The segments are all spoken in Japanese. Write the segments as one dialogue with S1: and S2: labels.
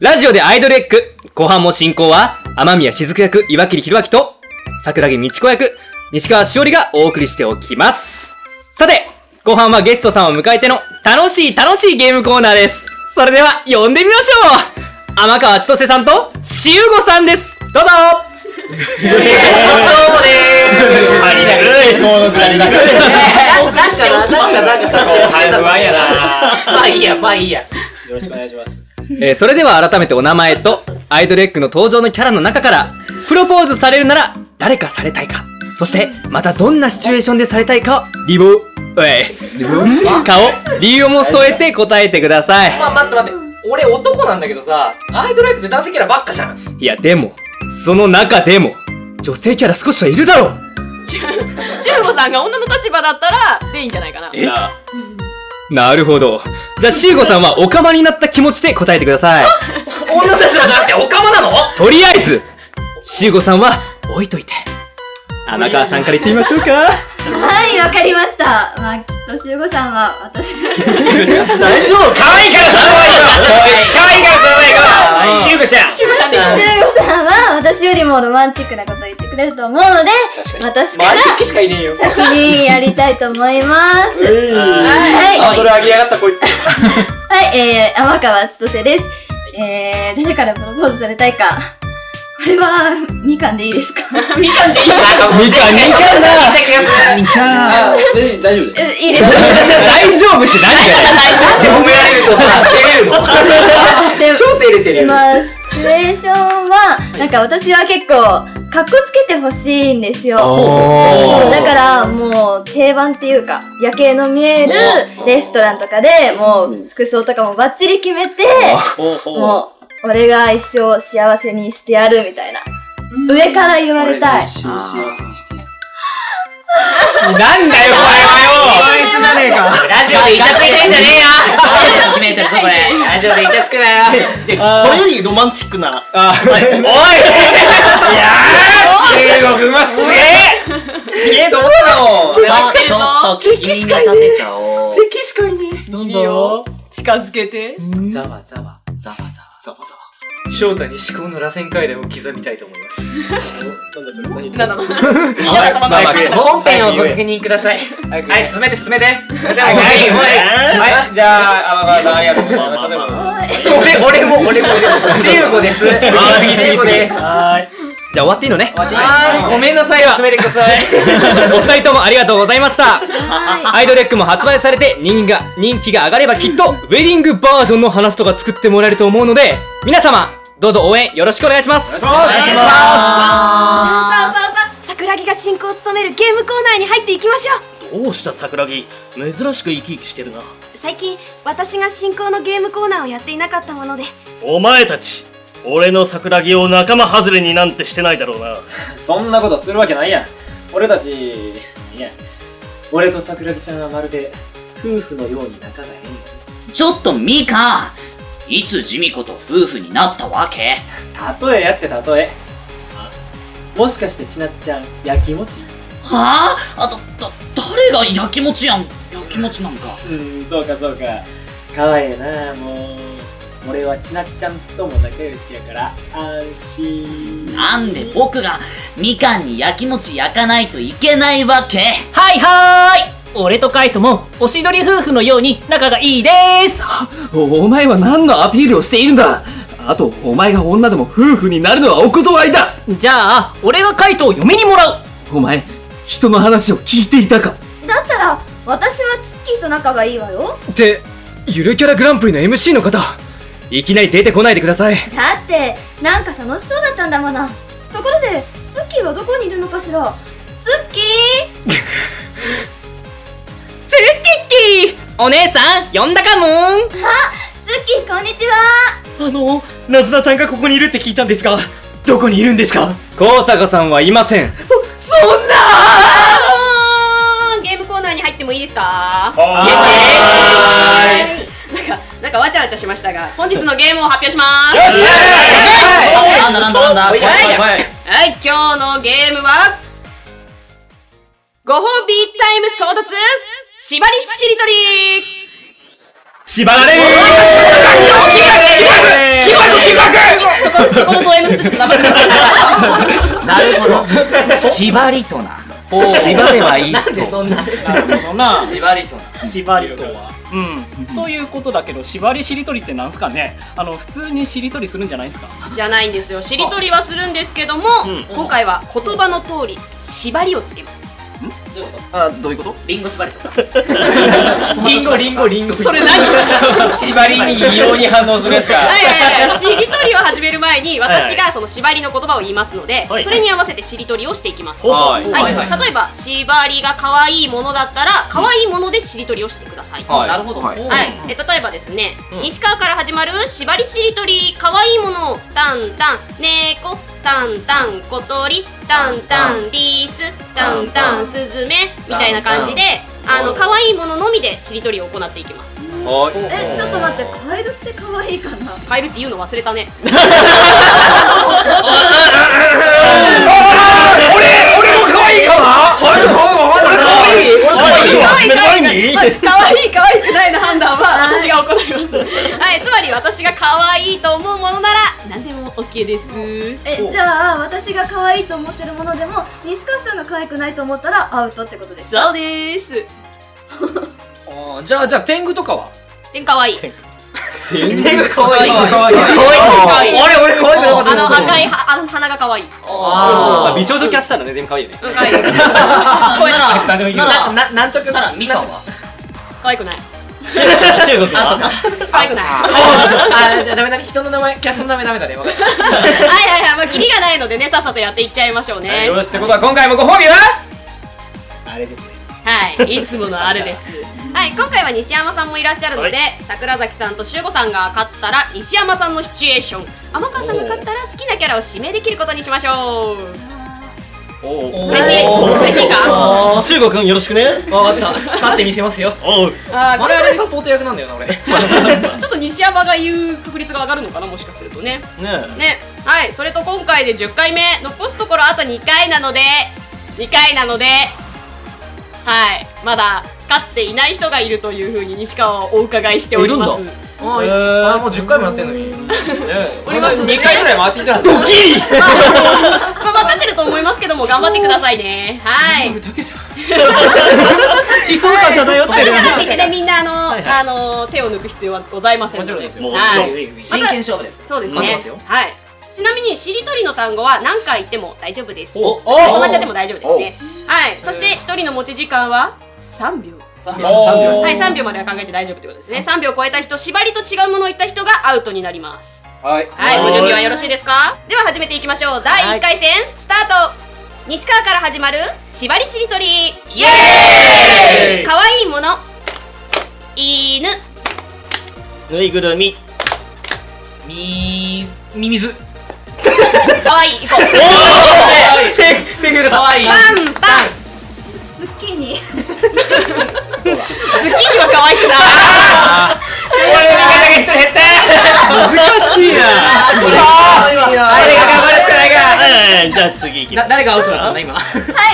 S1: ラジオでアイドルエッグ後半も進行は、天宮雫役、岩切弘明と、桜木道子役、西川しおりがお送りしておきます。さて、後半はゲストさんを迎えての、楽しい楽しいゲームコーナーです。それでは、呼んでみましょう天川千歳さんと、しうごさんです。どうぞすげえどうもですありが
S2: 最高のくだりだから
S3: なんか出したな、なんかなんかさ、
S2: やな
S3: まあいいや、まあいいや。
S2: よろしくお願いします
S1: えーそれでは改めてお名前と、アイドルエッグの登場のキャラの中から、プロポーズされるなら、誰かされたいか、そして、またどんなシチュエーションでされたいかを、リボ、えい、リボかを、理由も添えて答えてください。
S3: まあ待って待って。俺男なんだけどさ、アイドルライクって男性キャラばっかじゃん。
S1: いや、でも、その中でも、女性キャラ少しはいるだろう
S4: 中吾さんが女の立場だったらでいいんじゃないかな
S2: えな
S1: なるほど。じゃあ、シーゴさんは、オカマになった気持ちで答えてください。
S3: 女の立場じゃなくてオカマなの
S1: とりあえず、シーゴさんは、置いといて。天川さんから言ってみましょうか。
S5: はい、わかりました。まあ、きっと、しゅうごさんは、私が、
S2: 大丈夫可愛いからそのままいいよ可愛いからそのままいいからシュークしゃ
S5: しゅうごさんは、私よりもロマンチックなことを言ってくれると思うので、私から
S3: だけしかいねえよ。
S5: 先にやりたいと思います。はい。
S2: ハードル上げやがったこいつ
S5: はい、えー、天川千歳です。えー、誰からプロポーズされたいか。これは、みかんでいい ですか
S3: みかんでいいか
S1: みかん、みかんだ
S3: 見た気がする。
S2: 大丈夫
S5: えいいです
S1: 大丈夫って何がよ
S3: なんで褒められるとさ、照れるの
S5: で
S3: ちょっと照れてるよ。
S5: まあ、シチュエーションは、なんか私は結構、かっこつけてほしいんですよ。そうだから、もう、定番っていうか、夜景の見えるレストランとかで、もう、服装とかもバッチリ決めて、もう、俺が一生幸せにしてやるみたいな。上から言われたい。
S2: 幸せにして
S1: なんだよ、これはよ
S5: じゃねえか。
S3: ラジオでイチャついてんじゃねえよ。決めてるぞこれ。ラジオでイチャつくなよ。
S2: これよりロマンチックな
S1: あおいいやー、シーゴくんはすげえすげえと思ったもん
S6: さあ、ちょっと気に立てちゃおう。
S3: 敵しかいねえ。
S6: なんだよ。
S3: 近づけて。
S6: ざわざわ。ざわざわ。ざわ
S3: 翔太に思考の螺旋階段を刻みたいと思います。
S2: なんだそれ何
S4: なの
S1: まあまあ
S3: 本編をご確認ください。はい、進めて進めて。はい、はい、はい。じゃあ、天川さん、ありがとうございました。俺、俺も、俺も、俺も。シウゴです。シウゴです。
S1: じゃあ終わっていいのね
S3: あー、ごめんなさい、進めてください。
S1: お二人ともありがとうございましたアイドルエッグも発売されて人気が人気が上がればきっとウェディングバージョンの話とか作ってもらえると思うので皆様どうぞ応援よろしくお願いしますお願いし
S4: さあさあさあ桜木が進行を務めるゲームコーナーに入っていきましょう
S2: どうした桜木珍しく生き生きしてるな
S4: 最近私が進行のゲームコーナーをやっていなかったもので
S7: お前たち俺の桜木を仲間外れになんてしてないだろうな
S8: そんなことするわけないやん俺たちいや俺と桜木ちゃんはまるで夫婦のように仲がえ
S6: ちょっとミカいつジミコと夫婦になったわけ
S8: え例えやって例えもしかしてちなっちゃんやきもち
S6: はああと、だ、誰がやきもちやん。やきもちなんか。
S8: うんそうかそうかかわいいなもう俺はちなっちゃんとも仲良しやから安心
S6: なんで僕がみかんにやきもち焼かないといけないわけ
S9: はいはーい俺とカイトもおしどり夫婦のように仲がいいです
S10: おお前は何のアピールをしているんだあとお前が女でも夫婦になるのはお断りだ
S9: じゃあ俺がカイトを嫁にもらう
S10: お前人の話を聞いていたか
S5: だったら、私はツッキーと仲がいいわよ。
S1: ってゆるキャラグランプリの MC の方いきなり出てこないでください
S5: だって、なんか楽しそうだったんだもの。ところで、ツッキーはどこにいるのかしらツッキー
S4: ツルキッキー
S1: お姉さん呼んだかもん
S5: ツッキー、こんにちは
S9: あのナズナちゃんがここにいるって聞いたんですがどこにいるんですか
S1: 高坂さんはいません
S4: あのーゲームコーナーに入ってもいいですかイエーイなんかなんかわちゃわちゃしましたが本日のゲームを発表します
S6: なんだなんだなんだ。これ
S4: はい、今日のゲームは、ご褒美タイム争奪、縛りしりとり
S1: 縛られる
S3: 縛る、縛る、
S6: るほど縛りとな
S1: 縛ればいいと
S6: なんでそんな
S9: なるほどな
S6: 縛りとな
S9: 縛りとはうんということだけど縛りしりとりってなんすかねあの普通にしりとりするんじゃないですか
S4: じゃないんですよしりとりはするんですけども、今回は言葉の通り縛りをつけます
S11: あどういうこと
S6: リンゴ縛りとか
S1: リンゴリンゴリンゴ
S4: それ何
S1: 縛りに異様に反応するやつか
S4: はいはいはいしりとりを始める前に私がその縛りの言葉を言いますので、
S1: はい
S4: それに合わせてしりとりをしていきます、
S1: はい
S4: はい
S1: はい
S4: 例えば縛りが可愛いものだったら可愛いものでしりとりをしてください、
S6: はいなるほど
S4: はい
S6: はい
S4: で例えばですね、西川から始まる縛りしりとり可愛いものタンタン猫タンタン小鳥タンタンリースタンタンスズメみたいな感じであの可愛いもののみでしりとりを行っていきます
S5: えちょっと待ってカエルって可愛いかな
S4: カエルって言うの忘れた ね
S1: 俺も可愛いかな俺可愛い俺可愛い
S4: 可愛い可愛くないの判断は私が行います。はい、つまり私が可愛いと思うものなら何でも OK です。
S5: えじゃあ私が可愛いと思ってるものでも西川さんが可愛くないと思ったらアウトってことです
S4: そう です。
S1: あーじゃあじゃあ天狗とかは
S4: 天可愛い。
S1: 天狗可愛い
S4: 可愛い
S1: 可愛い俺俺可愛い
S4: あの赤いはあの鼻が可愛い。
S8: あ美少女キャスターなんで全部可愛いよね。
S4: 声
S6: な
S8: あ何でもいいよ
S6: らななんとかならミカは
S4: 可愛くない。
S8: 中国は
S4: 可愛くない。
S6: あじゃあダメだね人の名前キャストの名前ダメだねわかった
S4: はいはいはい、まあキリがないのでね、さっさとやっていっちゃいましょうね。
S1: よしってことは今回もご褒美は
S12: あれですね
S4: はい、いつものあれです。はい、今回は西山さんもいらっしゃるので、桜崎さんと修吾さんが勝ったら西山さんのシチュエーション、天川さんが勝ったら好きなキャラを指名できることにしましょう。嬉しい嬉しいか
S7: あー修吾くんよろしくね
S1: 分かった勝ってみせますよ
S7: おう
S4: あーこ
S1: 我
S4: れ
S1: 々サポート役なんだよな俺
S4: ちょっと西山が言う確率が上がるのかなもしかするとね
S7: ね
S4: ねはいそれと今回で10回目残すところあと2回なので2回なのではいまだ勝っていない人がいるというふうに西川をお伺いしております
S1: いあーあーもう10回もやってんのに
S4: おりますので
S1: 2回ぐらい回ってきたんですよ
S4: まあ分かってると思いますけども頑張ってください ねはい
S7: 悲壮感漂って
S4: 私
S7: る
S4: じゃなくてねみんなあの、あの手を抜く必要はございませんので
S1: もちろんですよ
S4: はい
S6: 真剣勝負です
S4: そうです
S1: 待って
S4: ね
S1: ますよ
S4: はいちなみにしりとりの単語は何回言っても大丈夫です
S1: おお
S4: 染まっちゃっても大丈夫ですねはいそして1人の持ち時間は3秒
S1: お
S4: はい3秒までは考えて大丈夫ってことですね3秒超えた人縛りと違うものを言った人がアウトになります
S1: はい
S4: はいご準備はよろしいですかでは始めていきましょう第1回戦スタート西川から始まる縛りしりとりイエーイかわいいもの犬
S7: ぬいぐるみ
S1: みミミズ
S4: かわいい行こう
S1: セーフセーフかわいい
S4: パンパン
S5: ズッキーニ
S4: ズッキーニは可愛くない
S1: 俺の味方が一人減った
S7: 難しいな
S1: 誰が頑張るしかないか
S7: はいじゃあ次いきま
S1: だ誰がアウトだったんだ今
S5: はい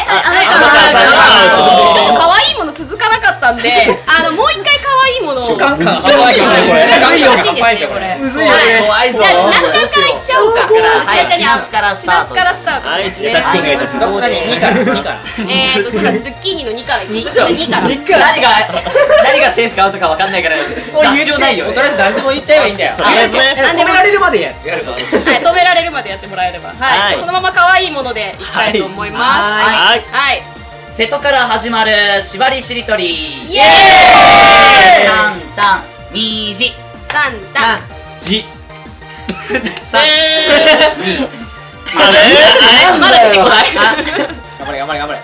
S5: はいあなたは
S4: ちょっと可愛いもの続かなかったん で、あのもう一回可愛いものを。主観
S1: 感
S4: 難しいよね
S1: これ
S4: 難しいですね
S1: 怖いよ
S4: これ。
S1: むずいよ
S4: はい
S1: ね
S4: じゃあちなちゃんからいっちゃおうか。はいちなちゃんに
S6: からス
S4: 千夏からスタート。
S7: はい
S4: ですね
S7: よろしくお願いいたし
S1: どっかに2から2から
S4: えーとそうだズッキーニの二から二二から。
S6: 何が何がセーフかアウトかわかんないから合唱ないよ
S1: とりあえず何でも言っちゃえばいいんだよ
S7: とりあえずね
S4: 何で
S1: 止
S4: も
S1: められるまでややるか
S4: はい止められるまでやってもらえれば。はい。そのまま可愛いものでいきたいと思います。
S7: はい
S4: はい。
S6: 瀬戸から始まる縛りしりとり
S4: イエーイ。
S6: タンタン虹
S4: タンタン。
S8: じ、
S7: あれ
S4: えーまだ出てこない。
S1: 頑張れ頑張れ頑張れ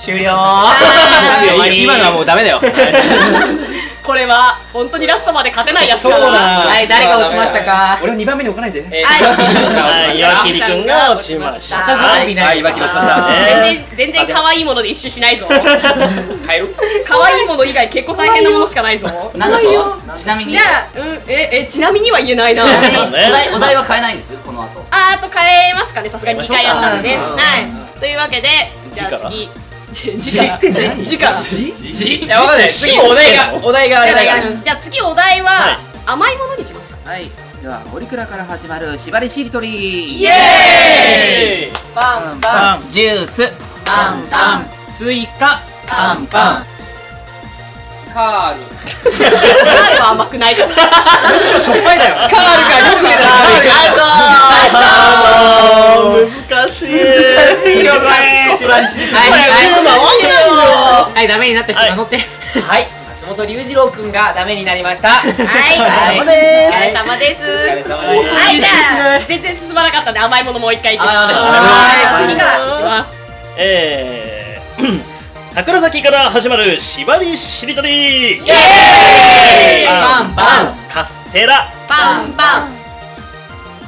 S1: 終了
S8: いや今のはもうダメだよ。
S4: これは本当にラストまで勝てないやつだ
S8: そうなん
S4: はい誰が落ちましたか。
S1: か
S8: 俺は2番目に置かないで。
S4: は
S7: はい岩切くんが落ちました
S4: は
S1: はい
S8: はい岩切落ちました
S4: 全然全然可愛いもので一周しない ぞ。
S1: 帰る
S4: 可愛いもの以外結構大変なものしかないぞ。
S6: なんだとちなみに
S4: じゃあ、うん、え、え、ちなみには言え ないな。
S6: ちなみにお
S4: あ
S6: 題お題は変えないんですこの後
S4: ー、あと変えますかね、さすがに2回やったんで
S6: 変え
S4: ね。
S6: ま
S4: はい。というわけで、じゃあ次。次から。次から。
S1: いやわかんない次お題がお題があれ
S4: じ
S1: だから
S4: ゃあ次お題は、甘いものにしますか
S6: はいではオリクラから始まる縛りしりとり
S1: イエ
S6: ーイパンパンジュースパンパンスイカパンパン
S1: カール
S4: は甘くないむ
S1: しろしょっぱいだよカールがよく出た
S9: あー難しい難
S1: しいよこれ
S9: 芝居し
S1: はい
S9: これ
S1: はい
S9: わ
S1: はいダメになった人名乗ってはい松本龍二郎くんがダメになりました
S4: はい、
S1: はい
S4: お疲れ様です。
S1: 様です
S4: はい、じゃあ、全然進まなかったんで、甘いものもう一回いきます。
S9: 甘いもの
S4: はい、
S9: はい
S4: 次からいきます。
S7: えー、桜崎から始まる縛りしりとりイエーイ
S1: パンパ
S7: ンカステラ
S4: パンパン、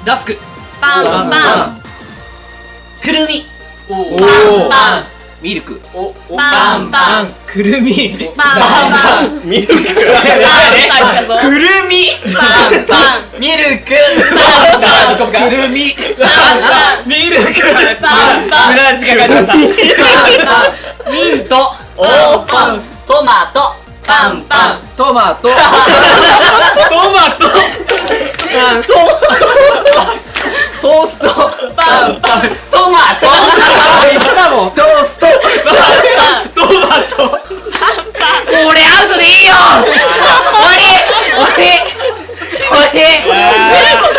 S1: ラスク
S4: パンパン、
S1: くるみ
S6: お
S1: パンパン
S6: ミルク
S1: お
S4: パンパン、
S6: ンくるみ
S4: パンパン、
S6: ミルク
S4: く
S6: るみ
S4: パンパン、
S6: ミルク
S1: パンパン
S6: くるみ
S1: パンパンミルクパンパンブランチが勝った
S6: ミント
S1: お
S6: パントマトパンパントマト
S1: トマトトーストパンパントマト言ったもんトーストパンパントマト俺アウトでいいよ俺俺俺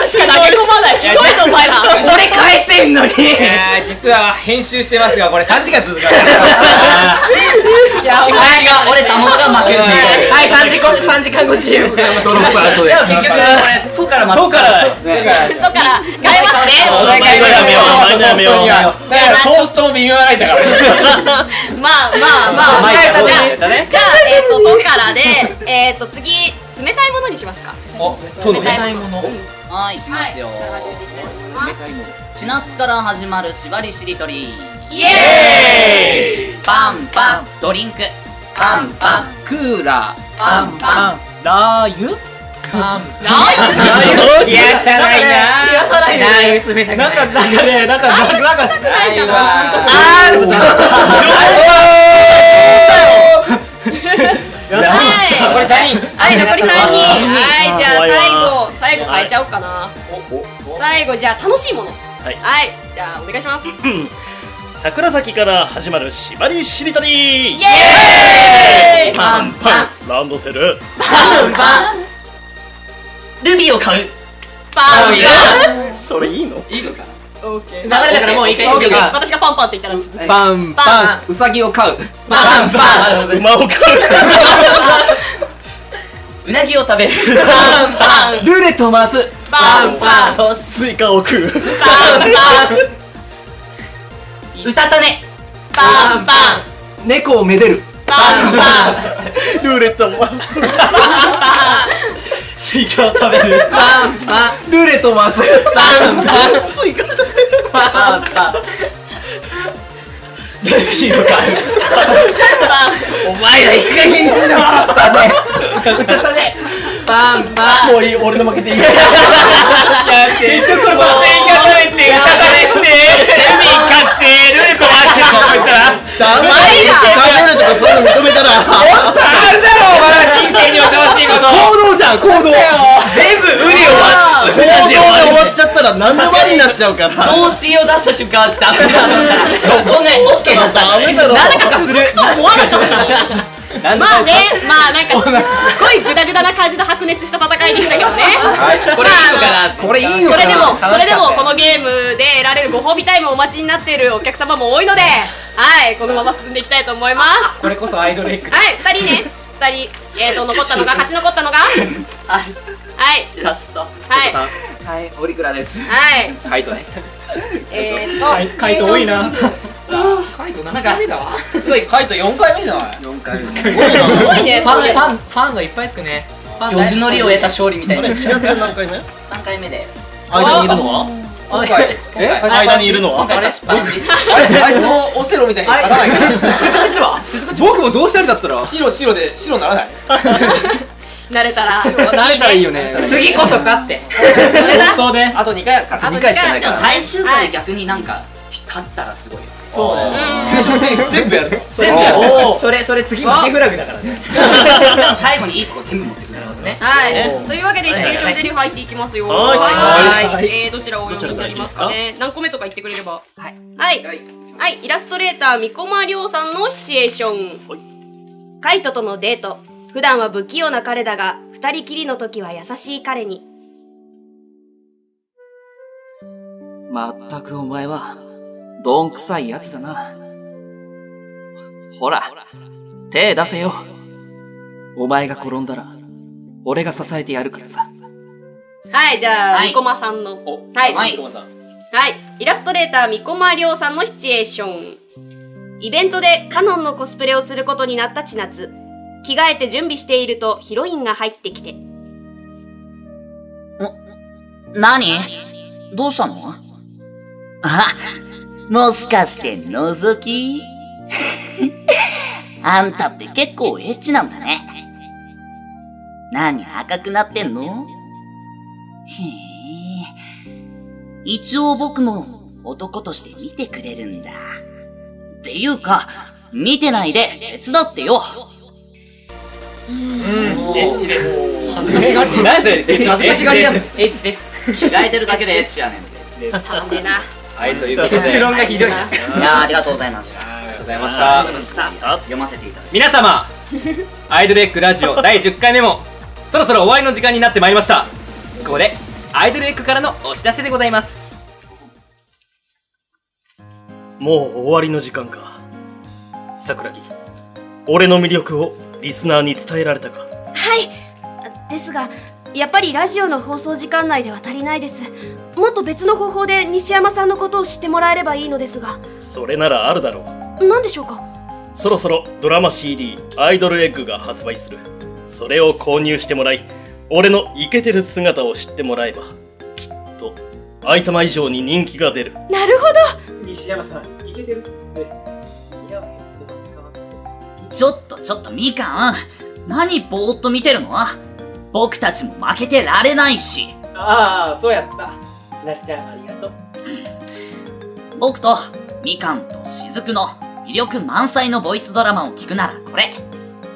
S4: しか投げ込まないひどいぞお前ら
S1: 俺変えてんのに実は編集してますがこれ3時間続くから
S6: いや
S1: 気持ちが
S6: 折れたものが負ける
S1: はい3時間3時間後し
S6: ドロップアウトでも結局これ「と」からまとから
S4: だから、変えますね。
S1: お前がやめようお前がやめようだからトーストも微妙ないんだから
S4: まあまあまあ、
S1: まあ
S4: じゃあ、
S1: まあ
S4: じ
S1: ま
S4: ゃ
S1: あまあ
S4: あ、じゃあえっと、どからで、えっと、次、冷たいものにしますか。
S1: お
S4: 冷たいもの。
S6: はい、いきますよ。
S4: 冷
S6: たいもの。千夏から始まる縛りしりとり。
S4: イエ
S6: ーイ。パンパン、ドリンク。パンパン、クーラー。パンパン、ラー油。パン
S4: ラー
S1: 油冷やさないな
S6: 冷やさないな
S1: ラー油冷たくない
S6: なんかなんかねなんかなん
S1: な
S6: かなんか
S1: いか
S6: あーでもちょっと
S1: これ3人
S4: はい、残り三人。はい、じゃあ、最後、最後変えちゃおうかな。最後、じゃあ、楽しいもの。
S7: はい
S4: はい、じゃあ、お願いします。
S7: 桜崎から始まる縛りしりとりイ
S4: イ
S1: ー
S4: エ
S1: イパン
S7: パンランドセル
S4: パンパン、
S7: ルビーを買う
S4: パンパン。
S7: それいいの
S6: いいのかな
S4: オッケー。
S6: 流れだからもういいかいいかいいか
S4: 私がパンパンって言ったら続く。
S6: パン
S4: パ
S6: パン、ウサギを飼う。
S4: パン
S6: パン、馬を 飼う。うなぎを食べる。パンパン、ルーレットを回す。
S4: パンパン、
S6: ン、スイカを食う。
S4: パンパン、
S6: うたたね。
S4: パンパン。
S13: 猫をめでる
S4: パンパン
S7: ルーレットを回すスイカを食べる
S1: パンパン
S13: ルーレットを回す
S1: パンパン
S7: スイカを食
S1: べるパンパン
S6: ルーレット
S1: お前らいい加減にしろちょっとねパンパン
S7: もういい俺の負けでいい
S1: 結局これスイカ食べて歌食べして海買ってルーコ回してるもんこいつら
S9: 黙
S1: れよ
S9: 食べるとかそういうの認めたら
S1: あるだろお前ら人生にお楽しいこと
S9: 行動じゃん行動
S1: 全部「う」で終わ
S9: 行動で終わっちゃったら何でもありになっちゃうから
S6: 動詞を出した瞬間ダメだったそこねオッケーだった
S4: なんか続くとは思わなかったまあね、まあなんかすっごいグダグダな感じで白熱した戦いでしたけどね
S6: これいいのかなこれいいのかな
S4: それでも、それでもこのゲームで得られるご褒美タイムをお待ちになっているお客様も多いのではい、このまま進んでいきたいと思います
S1: これこそアイドルエッグ
S4: はい、二人ね、二人、えーと、残ったのが、勝ち残ったのがはい、
S6: ちらっと
S4: はい、
S6: はいオリクラです
S4: はい、
S6: カイトね
S4: えー
S6: カイ
S4: と
S6: カイト多いな
S1: カイト何回目だわすごいカイト4回目じゃない
S6: 4回目
S1: す
S4: すごいね
S1: ファン
S4: それ
S1: ファンファンがいっぱいつくねファン
S6: 女子乗りを得た勝利みたいな
S1: ちなみに何
S6: 回目 ?3 回目です
S1: 間にいるの
S6: は
S1: 今回え
S6: 間にいるのは今回出しっぱなし
S1: あれあいつもオセロみたいに勝たないからこっちは
S13: 僕もどうしたらいいんだったら
S1: 白白で白ならない
S4: 慣れたら
S1: 慣 れたらいいよね次こそ勝って
S6: 本当ね
S1: あと2回か
S6: あと2回しかないから最終回逆になんか勝ったらすごい
S1: そうね最初の戦略全部やる全
S6: 部やる
S1: それそれ次負けフラグだからね
S6: でも最後にいいとこ全部持ってくる
S4: ね。
S2: は
S4: はいい。というわけで、シチュエーションゼリフ入っていきますよ。
S2: はい
S4: は
S2: はい
S4: い。えー、どちらをお読みになりますかね。何個目とか言ってくれれば。はい。はい。はい。イラストレーター、三駒亮さんのシチュエーション。カイトとのデート。普段は不器用な彼だが、二人きりの時は優しい彼に。
S14: まったくお前は、どんくさいやつだな。ほら、手出せよ。お前が転んだら、俺が支えてやるからさ。
S4: はい。じゃあ、
S14: はい
S4: 三駒さんの。はい。
S14: はい
S4: はい。イラストレーター、三駒亮さんのシチュエーション。イベントでカノンのコスプレをすることになった千夏。着替えて準備しているとヒロインが入ってきて。
S15: 何どうしたの
S6: あ、 もしかして、覗き あんたって結構エッチなんだね。何赤くなってんのへえ。一応僕も男として見てくれるんだ。っていうか、見てないで手伝ってよ。
S8: うん、エッチです。恥
S6: ずかしがり何それ
S8: 恥ずかしがり屋です。
S16: エッチです。着替えてるだけでエッチやねん。エッチです
S4: 頼んでえな。
S16: はい、という
S8: ことで結論がひどい
S16: いやーありがとうございました。ありがとうご
S1: ざいました
S16: 読ませていただき
S1: 皆 様アイドルエッグラジオ第10回目もそろそろ終わりの時間になってまいりましたここでアイドルエッグからのお知らせでございます
S7: もう終わりの時間か桜木俺の魅力をリスナーに伝えられたか
S4: はい。ですが、やっぱりラジオの放送時間内では足りないです。もっと別の方法で西山さんのことを知ってもらえればいいのですが。
S7: それならあるだろう
S4: 何でしょうか
S7: そろそろドラマ CD「アイドルエッグ」が発売するそれを購入してもらい俺のイケてる姿を知ってもらえばきっと愛玉以上に人気が出る
S4: なるほ
S17: ど西山さん、いけてるって。
S6: ちょっとちょっとみかん何ぼーっと見てるの僕たちも負けてられないし
S17: ああ、そうやった。ちなっちゃん、ありがとう。
S6: 僕とみかんとしずくの魅力満載のボイスドラマを聞くならこれ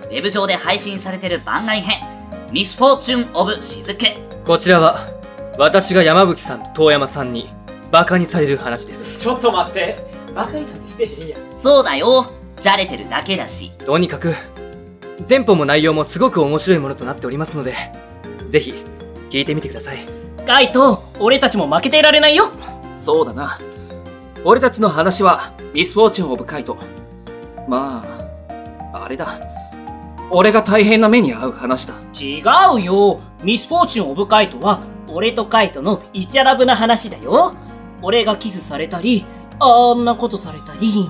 S6: ウェブ上で配信されてる番外編「ミスフォーチュン・オブ・しずく」
S1: こちらは私が山吹さんと遠山さんにバカにされる話です
S6: ちょっと待って
S17: バカになんてしてへんやん。
S6: そうだよじゃれてるだけだし
S1: とにかくテンポも内容もすごく面白いものとなっておりますのでぜひ聞いてみてください
S18: カイト、俺たちも負けていられないよ
S14: そうだな。俺たちの話は、ミスフォーチュン・オブ・カイト。まあ、あれだ。俺が大変な目に遭う話だ。
S9: 違うよミスフォーチュン・オブ・カイトは俺とカイトのイチャラブな話だよ俺がキスされたりあんなことされたり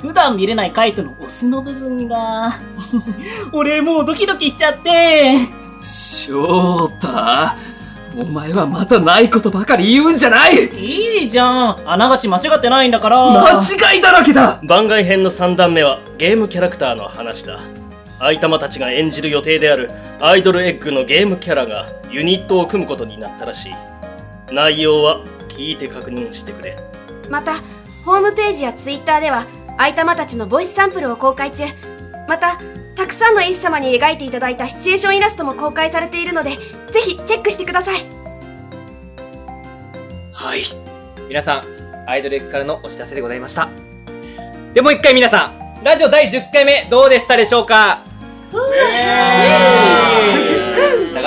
S9: 普段見れないカイトのオスの部分が 俺もうドキドキしちゃって
S14: 翔太、お前はまたないことばかり言うんじゃない
S9: いいじゃんあながち間違ってないんだから
S14: 間違いだらけだ
S7: 番外編の3段目はゲームキャラクターの話だ愛玉たちが演じる予定であるアイドルエッグのゲームキャラがユニットを組むことになったらしい内容は聞いて確認してくれ
S4: また、ホームページやツイッターでは、愛玉たちのボイスサンプルを公開中。また、たくさんのエイス様に描いていただいたシチュエーションイラストも公開されているので、ぜひチェックしてください。
S1: はい皆さんアイドルエッグからのお知らせでございましたでもう一回皆さんラジオ第10回目どうでしたでしょうか下がって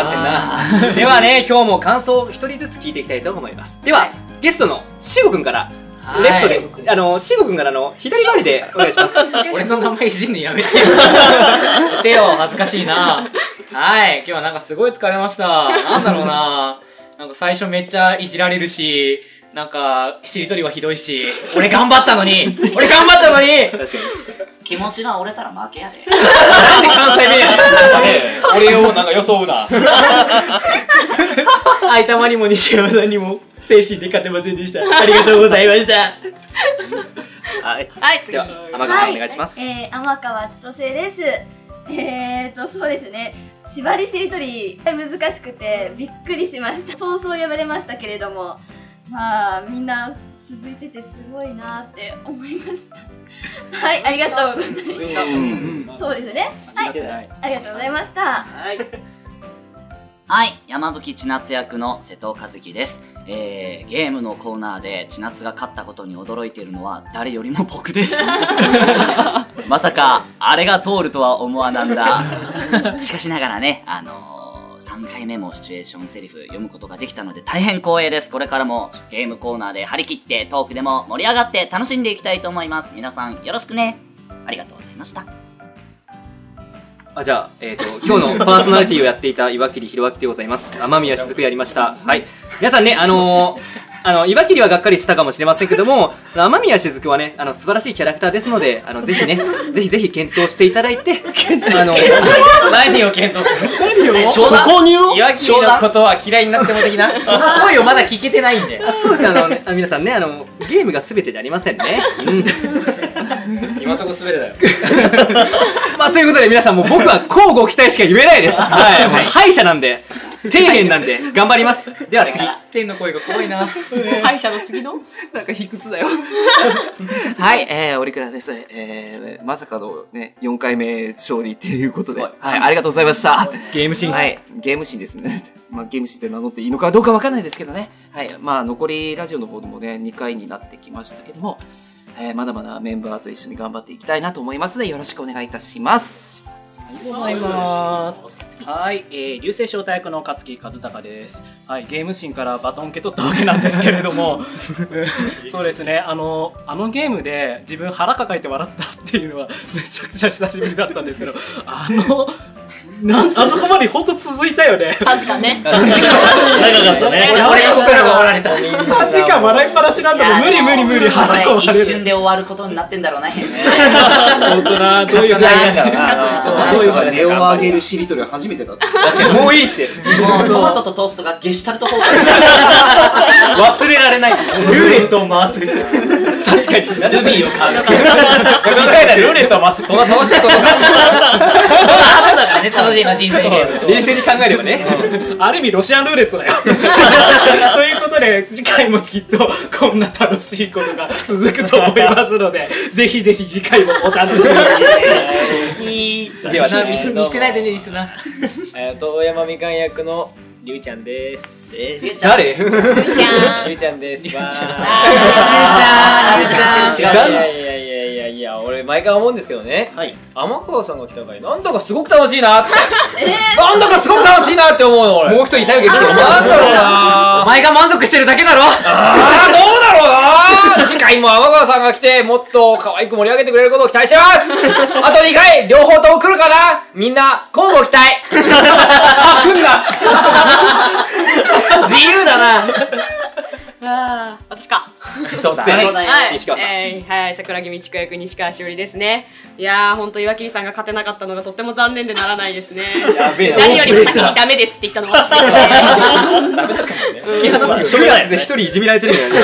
S1: んなではね今日も感想を一人ずつ聞いていきたいと思いますでは、ゲストのしごくんから
S8: い
S1: レストであのしごくんからあの左回りでお願いします
S8: 俺の名前いじんのやめてよ。やめてよ、恥ずかしいな。はい、今日はなんかすごい疲れました。なんだろうな。なんか最初めっちゃいじられるし、なんか、しりとりはひどいし、俺頑張ったのに俺頑張ったのに確かに。
S6: 気持ちが折れたら負けやで
S8: なんで関西 弁やねんなんかね俺をなんか装うな。相たまにも西山さんにも精神で勝てませんでした。ありがとうございました。
S1: はい、
S4: はい、次
S1: では天川さんお願いします、
S5: えー、天川千歳です。えーと、そうですね。縛りしりとり、難しくてびっくりしました。そうそうやめれましたけれども、まあ、みんな続いててすごいなって思いました。はい、ありがとうございます。そうですね。はい、ありがとうございました。
S6: はい、山吹千夏役の瀬戸和樹です。えー、ゲームのコーナーで千夏が勝ったことに驚いているのは誰よりも 僕です。まさか、あれが通るとは思わなんだ。 しかしながらね、あのー、3回目もシチュエーションセリフ読むことができたので大変光栄です。これからもゲームコーナーで張り切ってトークでも盛り上がって楽しんでいきたいと思います。皆さんよろしくね。ありがとうござい ました。
S1: あじゃあ、えー、と今日のパーソナリティをやっていた岩切弘明でございます雨宮雫やりましたはい皆さんねあのーあの岩切はがっかりしたかもしれませんけどもあの雨宮雫はねあの素晴らしいキャラクターですのであのぜひねぜひぜひ検討していただいてあの
S8: 何を検討する
S1: 何を
S8: 購入を岩切のことは嫌いになっても 的なその声をまだ聞けてないんで
S1: あそう ですあの、ね、あ皆さんねあのゲームが全てじゃありませんね、 うん
S8: 今のとこ滑るだよ
S1: まあ、ということで皆さんもう僕は交互期待しか言えない です。はい。もう敗者なんで、底辺なんで、頑張ります。では次。
S8: 天の声が怖いな
S16: 歯医者の次の
S14: なんか卑屈だよ。 はい、えー、オリクラです。えー、まさかのね、4回目勝利っていうことで、はい、ありがとうございました。
S1: ゲームシーン。
S14: はい、ゲームシーンですね。 まあ、ゲームシーンって名乗っていいのかどうかわかんないですけどね。はい、まあ、残りラジオの方でもね、2回になってきましたけども、えー、まだまだメンバーと一緒に頑張っていきたいなと思いますので、よろしくお願いいたします。
S9: ございます。はい、えー、流星招待役の勝木和孝です。はい、ゲームシーンからバトン受け取ったわけなんですけれども、そうですね、あの、あのゲームで自分腹抱えて笑ったっていうのは、めちゃくちゃ久しぶりだったんですけど、あの、なんあの困り本当続いたよね。
S4: 3時間ね。
S9: 3時間。長かったね
S8: 俺の心が折られた
S9: 3時間笑いっぱなしなんだもん。無理無理無理。腹
S6: これ
S9: 壊
S6: 一
S9: れる。
S6: 瞬で終わることになってんだろうな、編集。
S9: 本当な、どういう
S8: 割愛なんだろうな
S6: どういうことですか
S19: ネオを上げるしりとりは初めてだった。
S1: もういいって。
S6: もうトマトとトーストがゲシュタルト崩壊
S1: 忘れられない。ルーレットを回す。確かに。ルビーを買う。 考えたルーレットを回す。 そんな楽しいことか。
S8: そうだからね楽しいの人生で
S1: 冷静に考えればね。
S9: ある意味ロシアンルーレットだよ。ということで、次回もきっとこんな楽しいことが続くと思いますので、ぜひぜひ次回もお楽しみに。
S1: では
S8: ミス見捨てないでねリスナー
S17: えー遠山みかん役のりゅうちゃんですりゅう
S1: 誰
S17: りゅうちゃんですわー
S8: りゅうちゃん
S17: いやいやいやいやいや俺毎回思うんですけどね、天川さんが来た回なんだかすごく楽しいなってなんだかすごく楽しいなって思うの俺
S1: もう一人いたよ、結構。
S17: なんだろうな
S8: お前が満足してるだけだろ
S17: あーどうだろうな次回も天川さんが来てもっと可愛く盛り上げてくれることを期待して ますあと2回両方とも来るかなみんな交互期待 あ来ん な
S8: 自由だな
S4: あー私か。
S1: そうだ
S4: はい、
S1: はい西川さん。
S4: えーはい、桜木美智子役西川しおりですね。いやー、本当岩切さんが勝てなかったのがとっても残念でならないですね。
S1: やべえな
S4: 何よりも先にダメですって言ったのが私 です
S1: 突き放すよ。クラスで一人いじめられてるんだよね。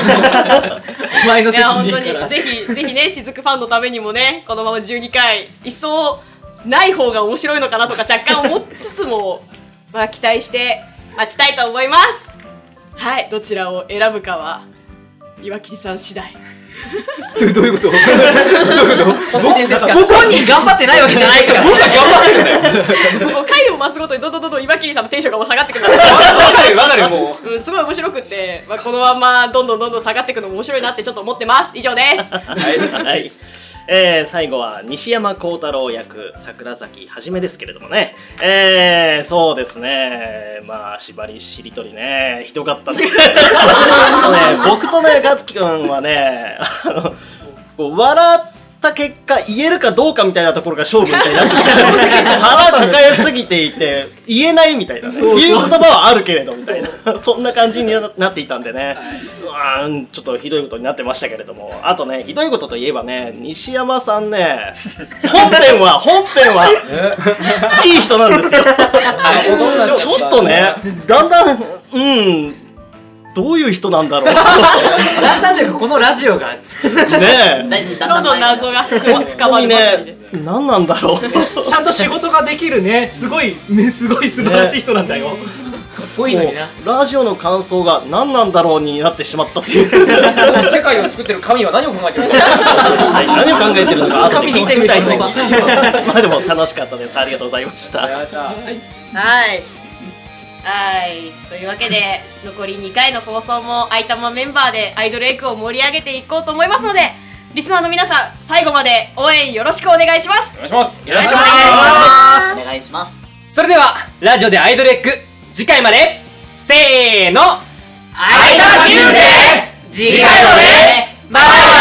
S1: お前の
S4: ね。
S1: 責
S4: いや、本当
S1: 任から
S4: に、。ぜひ、ぜひね、しずくファンのためにもね、このまま12回、一層、ない方が面白いのかなとか若干思いつつも、 まあ、期待して待ちたいと思います。はい、どちらを選ぶかは、岩切さん次 第。
S1: どどういうことどういうこと
S8: 都市伝説家本人頑張ってないわけじゃないから
S1: 僕は頑張ってるんだよ。
S4: もう回を増すごとにどんどんどんどん岩切さんのテンションがもう下がってくるん
S1: わかるよわかるよ、もう。
S4: うん、すごい面白くって、まあ、このままどんどんどんどん下がっていくのも面白いなってちょっと思ってます以 上です
S7: はい、えー、最後は西山幸太郎役桜崎はじめですけれどもねえー、そうですねまあ縛りしりとりねひどか ったねあのね僕とね勝樹君はねあのこう笑った結果言えるかどうかみたいなところが勝負みたいになってきて腹抱えすぎていて言えないみたいなね
S9: そうそうそう
S7: 言う言葉はあるけれどみたいなそんな感じにななっていたんでね、うわーちょっとひどいことになってましたけれどもあとねひどいことといえばね西山さんね本編は本編はいい人なんですよちょっとねだんだんうんどういう人なんだろう
S8: だんだんというかこのラジオが
S7: ねえ
S4: どんどん謎が深
S7: 本当
S4: ま
S7: に
S4: る
S7: ね何なんだろう
S9: ちゃんと仕事ができるね、すごい、ね、すごい素晴らしい人なんだよ。
S8: ぽいのにな
S7: もうラジオの感想が何なんだろうになってしまったっていう
S8: 世界を作ってる神は何を考えてるの
S7: はい何を考えてるのか後で
S8: 神に
S7: 聞い
S8: 言ってて
S7: み
S8: み
S7: た
S8: た
S7: い
S8: い
S7: と
S8: と
S7: 思
S8: 思
S7: い
S8: い
S7: ま
S8: ます
S7: まあでも楽しかったですありがとうございました
S4: はいはいというわけで残り2回の放送も愛玉メンバーでアイドルエッグを盛り上げていこうと思いますのでリスナーの皆さん最後まで応援よろしくお願いします
S8: お願いします
S4: よろしくお
S6: 願いします
S4: お願いします
S1: それでは、ラジオでアイドルエッグ、次回まで、せーの、
S8: アイドルエッグで次回まで
S1: バイバイ